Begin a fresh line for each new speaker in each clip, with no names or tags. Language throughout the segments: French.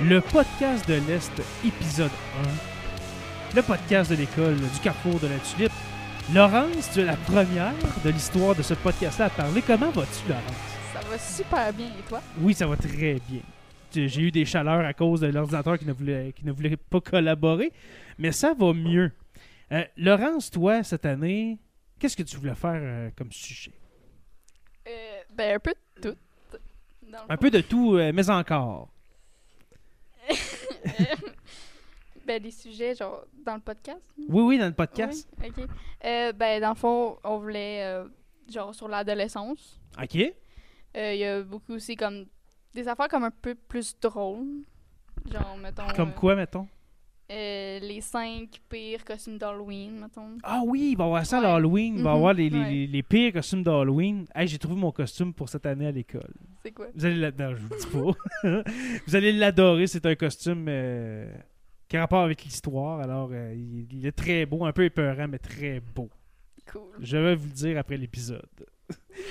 le podcast de l'Est, épisode 1, le podcast de l'école du Carrefour de la Tulipe. Laurence, tu es la première de l'histoire de ce podcast-là à parler. Comment vas-tu, Laurence?
Ça va super bien, et toi?
Oui, ça va très bien. Tu- J'ai eu des chaleurs à cause de l'ordinateur qui, ne voulait- qui ne voulait pas collaborer, mais ça va mieux. Euh, Laurence, toi, cette année, qu'est-ce que tu voulais faire euh, comme sujet?
Euh, ben, un peu de tout. dans le
Un
fond.
peu de tout, euh, mais encore.
euh, ben, des sujets, genre, dans le podcast. hein?
Oui, oui, dans le podcast.
Oui, OK. Euh, ben, dans le fond, on voulait, euh, genre, sur l'adolescence.
OK.
Euh, Il y a beaucoup aussi, comme, des affaires comme un peu plus drôles. Genre, mettons...
Comme
euh,
quoi, mettons?
euh, les cinq pires costumes d'Halloween, mettons.
Ah oui, il va y avoir ça à
Ouais.
l'Halloween. Il va y avoir les, les-
Mhm, ouais.
les- les pires costumes d'Halloween. Hey, j'ai trouvé mon costume pour cette année à l'école.
C'est quoi?
Vous allez là-dedans, je vous le dis pas. vous allez l'adorer. C'est un costume euh, qui a rapport avec l'histoire. Alors, euh, il, il est très beau, un peu épeurant, mais très beau.
Cool.
Je vais vous le dire après l'épisode.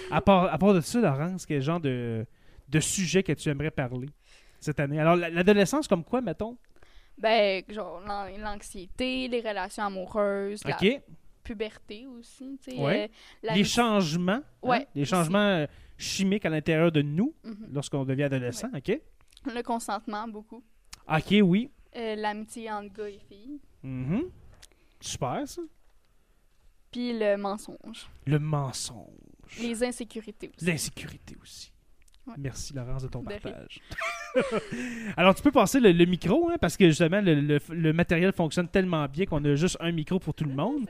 à, part, à part de ça, Laurence, quel genre de, de sujet que tu aimerais parler cette année? Alors, la- l'adolescence, comme quoi, mettons?
Ben, genre, l'an- l'anxiété, les relations amoureuses, la
OK.
puberté aussi, tu sais.
Ouais.
euh, la
Les
vie-
changements. hein?
Ouais,
Les
aussi.
changements euh, chimiques à l'intérieur de nous.
Mhm.
lorsqu'on devient adolescent, OK?
Le consentement, beaucoup.
OK, oui.
Euh, L'amitié entre gars et filles.
Mhm. Super, ça.
Puis le mensonge.
Le mensonge.
Les insécurités aussi.
L'insécurité aussi.
Ouais.
Merci, Laurence, de ton
De rien.
partage. Alors, tu peux passer le, le micro, hein, parce que justement, le, le- le matériel fonctionne tellement bien qu'on a juste un micro pour
Ah,
tout le monde.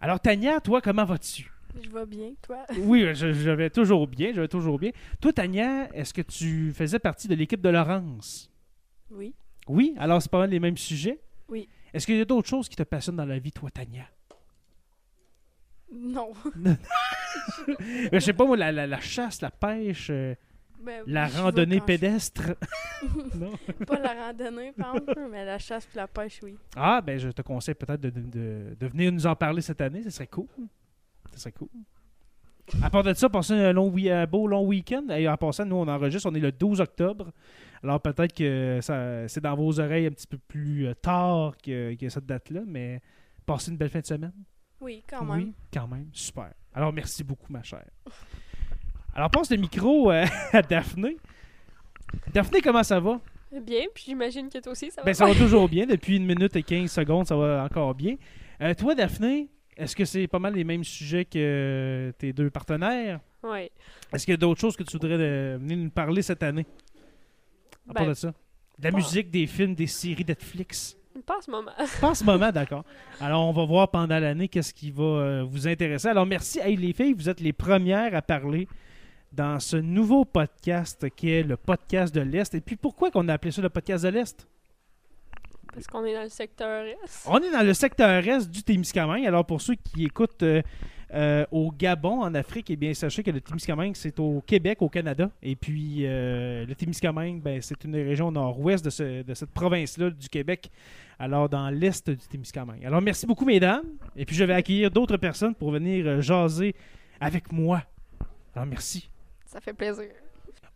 Alors, Tania, toi, comment vas-tu?
Je vais bien, toi.
Oui, je, je vais toujours bien, je vais toujours bien. Toi, Tania, est-ce que tu faisais partie de l'équipe de Laurence?
Oui.
Oui, alors c'est pas mal les mêmes sujets?
Oui.
Est-ce qu'il y a d'autres choses qui te passionnent dans la vie, toi, Tania?
Non.
Mais je sais pas, moi, la, la- la chasse, la pêche, euh,
Ben oui,
la
je vais
randonnée
quand je-
pédestre. non?
Pas la randonnée, par exemple, mais la chasse et la pêche, oui.
Ah, ben, je te conseille peut-être de, de- de- de venir nous en parler cette année. Ce serait cool. Ce serait cool. À part de ça, passer un, long, wee- un beau long week-end. Et en passant, nous, on enregistre, on est le 12 octobre. Alors peut-être que ça- c'est dans vos oreilles un petit peu plus euh, tard que, que cette date-là, mais passez une belle fin de semaine.
Oui, quand même.
Oui, quand même. Super. Alors, merci beaucoup, ma chère. Alors, passe le micro euh, à Daphné. Daphné, comment ça va?
Bien, puis j'imagine que toi aussi, ça va.
Ben, ça va toujours bien. Depuis une minute et 15 secondes, ça va encore bien. Euh, toi, Daphné, est-ce que c'est pas mal les mêmes sujets que tes deux partenaires?
Ouais.
Est-ce qu'il y a d'autres choses que tu voudrais euh, venir nous parler cette année? À part
Ben,
de ça. De la
pas-
musique, des films, des séries Netflix.
Pas en ce moment.
Pas en ce moment, d'accord. Alors, on va voir pendant l'année qu'est-ce qui va euh, vous intéresser. Alors, merci. Hey, les filles, vous êtes les premières à parler dans ce nouveau podcast qui est le podcast de l'Est. Et puis, pourquoi qu'on a appelé ça le podcast de l'Est?
Parce qu'on est dans le secteur S.
On est dans le secteur Est du Témiscamingue. Alors, pour ceux qui écoutent euh, euh, au Gabon, en Afrique, eh bien, sachez que le Témiscamingue, c'est au Québec, au Canada. Et puis, euh, le Témiscamingue, ben, c'est une région nord-ouest de, ce- de cette province-là du Québec. Alors, dans l'est du Témiscamingue. Alors, merci beaucoup, mesdames. Et puis, je vais accueillir d'autres personnes pour venir euh, jaser avec moi. Alors, merci.
Ça fait plaisir.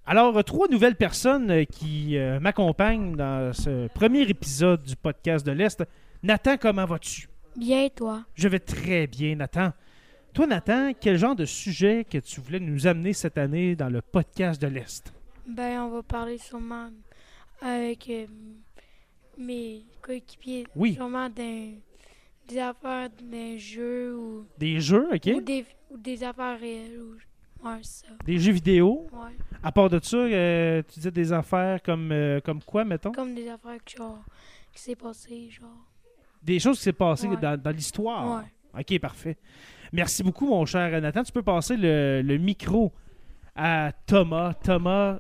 Alors, euh, trois nouvelles personnes euh, qui euh, m'accompagnent dans ce premier épisode du podcast de l'Est. Nathan, comment vas-tu?
Bien, toi.
Je vais très bien, Nathan. Toi, Nathan, quel genre de sujet que tu voulais nous amener cette année dans le podcast de l'Est?
Ben, on va parler sûrement avec euh, mes coéquipiers.
Oui.
Sûrement d'un- des affaires d'un jeu ou,
Des jeux, OK?
ou des, ou des affaires réelles. Ou, ouais, ça.
Des jeux vidéo.
Ouais.
À part de ça, euh, tu disais des affaires comme, euh, comme quoi, mettons?
Comme des affaires que, genre, qui s'est passé, genre.
Des choses qui s'est passées
Ouais.
dans, dans l'histoire.
Ouais.
OK, parfait. Merci beaucoup, mon cher Nathan. Tu peux passer le, le micro à Thomas. Thomas,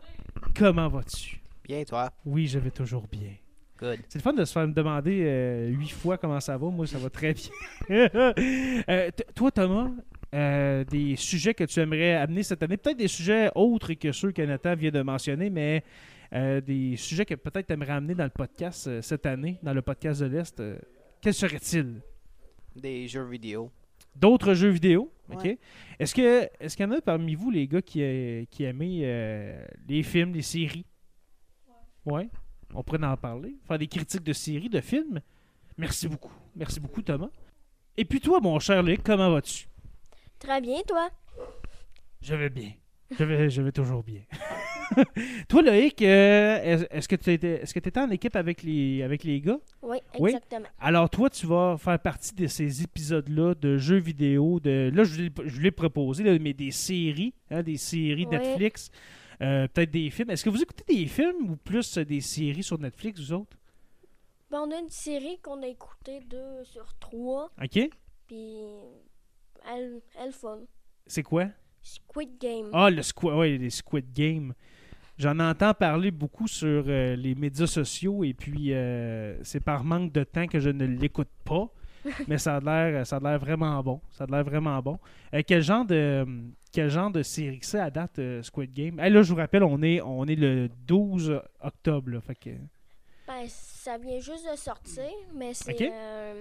comment vas-tu?
Bien, toi.
Oui, je vais toujours bien.
Good.
C'est le fun de se faire me demander euh, huit fois comment ça va. Moi, ça va très bien. Euh, t- toi, Thomas, euh, des sujets que tu aimerais amener cette année, peut-être des sujets autres que ceux que Nathan vient de mentionner, mais euh, des sujets que peut-être tu aimerais amener dans le podcast euh, cette année, dans le podcast de l'Est, euh, quels seraient-ils?
Des jeux vidéo.
D'autres jeux vidéo, OK?
Ouais.
Est-ce que est-ce qu'il y en a parmi vous, les gars, qui, euh, qui aimez euh, les films, les séries? Ouais. on pourrait en parler, faire des critiques de séries, de films. Merci beaucoup. Merci beaucoup, Thomas. Et puis toi, mon cher Luc, comment vas-tu?
Très bien, toi?
Je vais bien. Je vais, je vais toujours bien. toi, Loïc, euh, est- est-ce que tu étais, est-ce que t'étais en équipe avec les, avec les gars?
Oui,
Oui.
exactement.
Alors, toi, tu vas faire partie de ces épisodes-là de jeux vidéo. De... Là, je vous l'ai- je l'ai proposé, là, mais des séries, hein, des séries
Ouais.
Netflix, euh, peut-être des films. Est-ce que vous écoutez des films ou plus euh, des séries sur Netflix, vous autres?
Ben, on a une série qu'on a écoutée deux sur trois,
OK?
puis elle, elle fun.
C'est quoi?
Squid Game.
Ah, le squid, ouais, les Squid Game. J'en entends parler beaucoup sur euh, les médias sociaux et puis euh, c'est par manque de temps que je ne l'écoute pas. Mais ça a l'air, ça a l'air vraiment bon. Ça a l'air vraiment bon. Euh, quel genre de, quel genre de série que c'est à date euh, Squid Game Eh, Là, je vous rappelle, on est, on est le 12 octobre. là, fait que,
Ben, ça vient juste de sortir, mais c'est
Ok.
euh,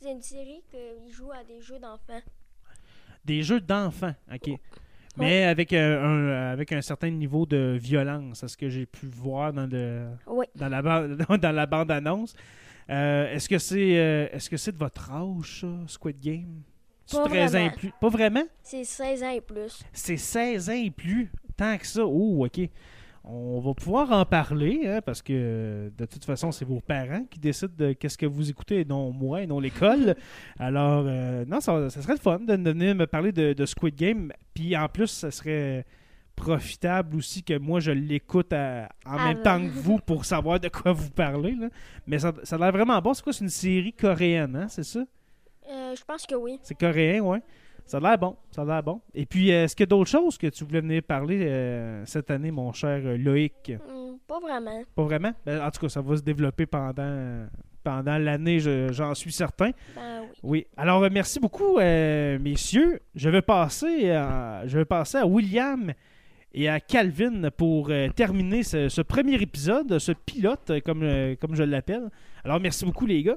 c'est une série qu'ils jouent à des jeux d'enfants.
des jeux d'enfants, ok. Mais avec euh, un, avec un certain niveau de violence, à ce que j'ai pu voir dans le,
Oui.
dans la, ban- dans la bande-annonce. Euh, Est-ce que c'est euh, est-ce que c'est de votre âge, ça, Squid Game? C'est
Pas
13 ans et
vraiment.
plus. Pas vraiment?
C'est 16 ans et plus.
C'est 16 ans et plus. Tant que ça. Oh, OK. On va pouvoir en parler, hein, parce que euh, de toute façon, c'est vos parents qui décident de qu'est-ce que vous écoutez, et non moi, et non l'école. Alors, euh, non, ça, ça serait le fun de de venir me parler de, de Squid Game. Puis en plus, ça serait profitable aussi que moi, je l'écoute à- en même
Avant.
temps que vous pour savoir de quoi vous parlez. là. Mais ça, ça a l'air vraiment bon. C'est quoi? C'est une série coréenne, hein, c'est ça?
Euh, je pense que oui.
C'est coréen, ouais. Ça a l'air bon. Ça a l'air bon. Et puis, euh, est-ce qu'il y a d'autres choses que tu voulais venir parler euh, cette année, mon cher euh, Loïc?
Hmm, pas vraiment.
Pas vraiment? Ben, en tout cas, ça va se développer pendant, euh, pendant l'année, je- j'en suis certain.
Ben oui.
Oui. Alors, euh, merci beaucoup, euh, messieurs. Je vais, passer à, je vais passer à William et à Calvin pour euh, terminer ce, ce premier épisode, ce pilote, euh, comme, euh, comme je l'appelle. Alors, merci beaucoup, les gars.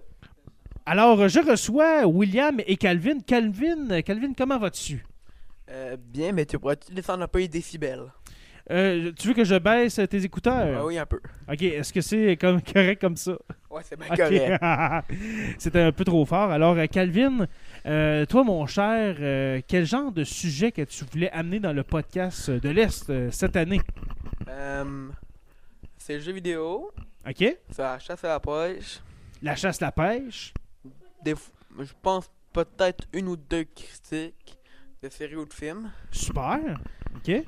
Alors, euh, je reçois William et Calvin. Calvin, euh, Calvin comment vas-tu?
Euh, bien, mais tu pourrais-tu descendre un peu les décibels?
Euh, tu veux que je baisse tes
Ah
écouteurs?
oui, un peu.
Ok, est-ce que c'est comme, correct comme ça?
Ouais, c'est bien
Ok.
correct.
C'était un peu trop fort. Alors, euh, Calvin, euh, toi, mon cher, euh, quel genre de sujet que tu voulais amener dans le podcast euh, de l'Est euh, cette année?
Euh, c'est le jeu vidéo,
OK?
c'est la chasse à la pêche.
La chasse, la pêche.
Des f- je pense peut-être une ou deux critiques de séries ou de films.
Super. OK?
Et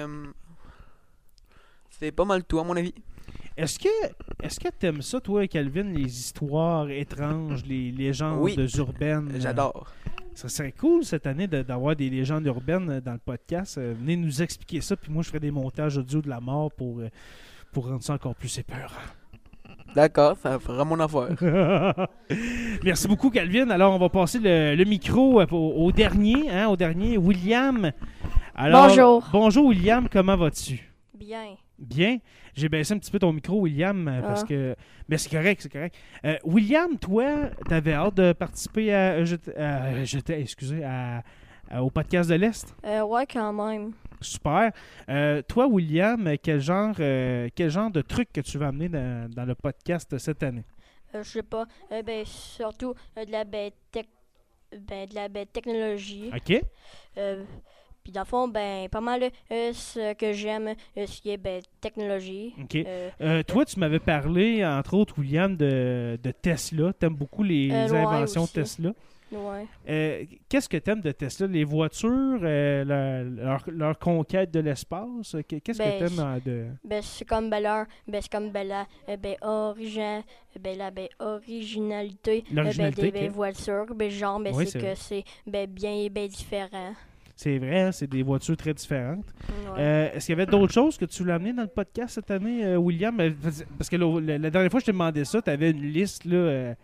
euh, c'est pas mal tout, à mon avis.
Est-ce que est-ce que t'aimes ça, toi, Calvin, les histoires étranges, les légendes
Oui.
urbaines? euh,
J'adore.
Ça serait cool cette année de- d'avoir des légendes urbaines euh, dans le podcast. Euh, venez nous expliquer ça, puis moi, je ferai des montages audio de la mort pour, euh, pour rendre ça encore plus épeurant.
D'accord, ça fera mon affaire.
Merci beaucoup, Calvin. Alors, on va passer le, le micro euh, au, au dernier, hein, au dernier, William. Alors,
Bonjour.
Bonjour, William. Comment vas-tu?
Bien.
Bien. J'ai baissé un petit peu ton micro, William, euh, parce
Ah.
que... Mais c'est correct, c'est correct. Euh, William, toi, t'avais hâte de participer à... Je t- à- je t- excusez, à- à- au podcast de l'Est?
Euh, ouais, quand même.
Super. Euh, toi, William, quel genre, euh, quel genre de truc que tu vas amener dans, dans le podcast cette année?
Euh, je sais pas. Euh, ben, surtout euh, de la ben, tec- ben, de la ben, technologie.
OK?
Euh, Puis dans le fond, ben, pas mal euh, ce que j'aime, euh, ce qui est ben, technologie.
OK.
Euh,
Euh, toi, tu m'avais parlé, entre autres, William, de, de Tesla. T'aimes beaucoup les
Euh, ouais,
inventions
aussi.
Tesla.
ouais.
Euh, Qu'est-ce que t'aimes de Tesla? Les voitures, euh, le- leur, leur conquête de l'espace? Euh, qu- Qu'est-ce que
Ben,
t'aimes euh, de...
Ben, c'est comme ben, leur- ben, c'est comme ben, la euh, ben, origin, ben, la ben, originalité, euh, ben,
L'originalité,
des ben,
ok.
voitures. Ben, genre, ben,
Oui,
c'est
c'est
que c'est ben, bien ben, différent.
C'est vrai, hein, c'est des voitures très différentes.
Ouais.
Euh, Est-ce qu'il y avait d'autres choses que tu voulais amener dans le podcast cette année, euh, William? Euh, Parce que la, la- la dernière fois que je t'ai demandé ça, tu avais une liste, là.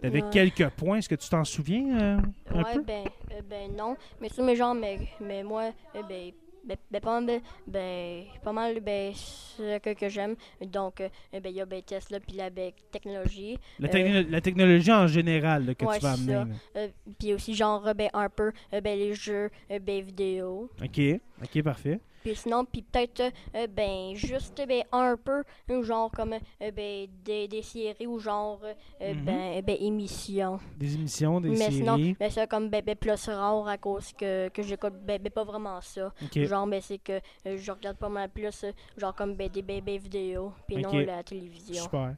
tu avais
Ouais.
quelques points. Est-ce que tu t'en souviens euh, un
Ouais,
peu?
ben, euh, ben non. Mais ça, mais genre, mais, mais moi, euh, ben, ben, ben, pas mal, ben, pas mal, ben, ce que, que j'aime. Donc, euh, ben, il y a ben, Tesla, puis la ben, technologie.
La, techno- la technologie en général là, que
euh, ouais,
tu vas
c'est
amener.
ça.
là.
euh, puis aussi, genre, euh, ben, un peu, euh, ben, les jeux, euh, ben, vidéo.
OK, OK, parfait.
Puis sinon, puis peut-être, euh, euh, ben, juste, ben, un peu, euh, genre, comme, euh, ben, des, des séries ou genre, euh, euh,
Mhm.
ben, ben, émissions.
Des émissions, des
mais
séries.
sinon, ben, ça, comme, ben, ben, plus rare à cause que, que j'écoute, ben, ben, pas vraiment ça.
Ok.
Genre, ben, c'est que euh, je regarde pas mal plus, euh, genre, comme, ben, des bébés vidéos, puis non
Ok.
la télévision.
Super.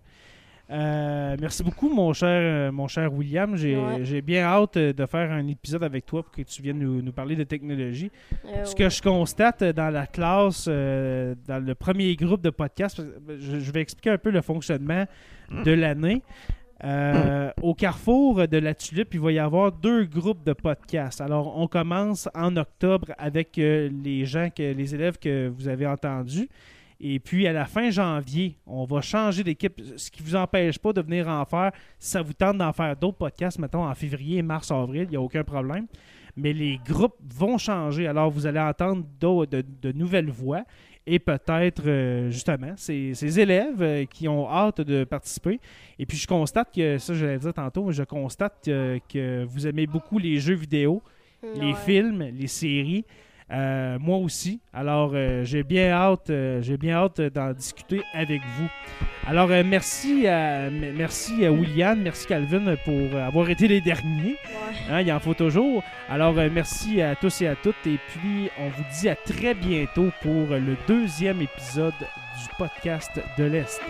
Euh, merci beaucoup, mon cher, euh, mon cher William. J'ai
Ouais.
j'ai bien hâte euh, de faire un épisode avec toi pour que tu viennes nous, nous parler de technologie.
Euh,
Ce que je constate euh, dans la classe, euh, dans le premier groupe de podcast, parce que, euh, je, je vais expliquer un peu le fonctionnement de l'année. Euh, au carrefour de la Tulipe, il va y avoir deux groupes de podcasts. Alors, on commence en octobre avec euh, les gens, que, les élèves que vous avez entendus. Et puis, à la fin janvier, on va changer d'équipe, ce qui ne vous empêche pas de venir en faire. Si ça vous tente d'en faire d'autres podcasts, mettons en février, mars, avril, il n'y a aucun problème. Mais les groupes vont changer. Alors, vous allez entendre d'au- de, de nouvelles voix et peut-être, euh, justement, ces, ces élèves euh, qui ont hâte de participer. Et puis, je constate que, ça, je l'ai dit tantôt, mais je constate euh, que vous aimez beaucoup les jeux vidéo les
ouais.
films, les séries. Euh, moi aussi. Alors, euh, j'ai bien hâte, euh, j'ai bien hâte euh, d'en discuter avec vous. Alors, euh, merci, à, m- merci à William, merci Calvin pour euh, avoir été les derniers. Hein, il en faut toujours. Alors, euh, merci à tous et à toutes. Et puis, on vous dit à très bientôt pour euh, le deuxième épisode du podcast de l'Est.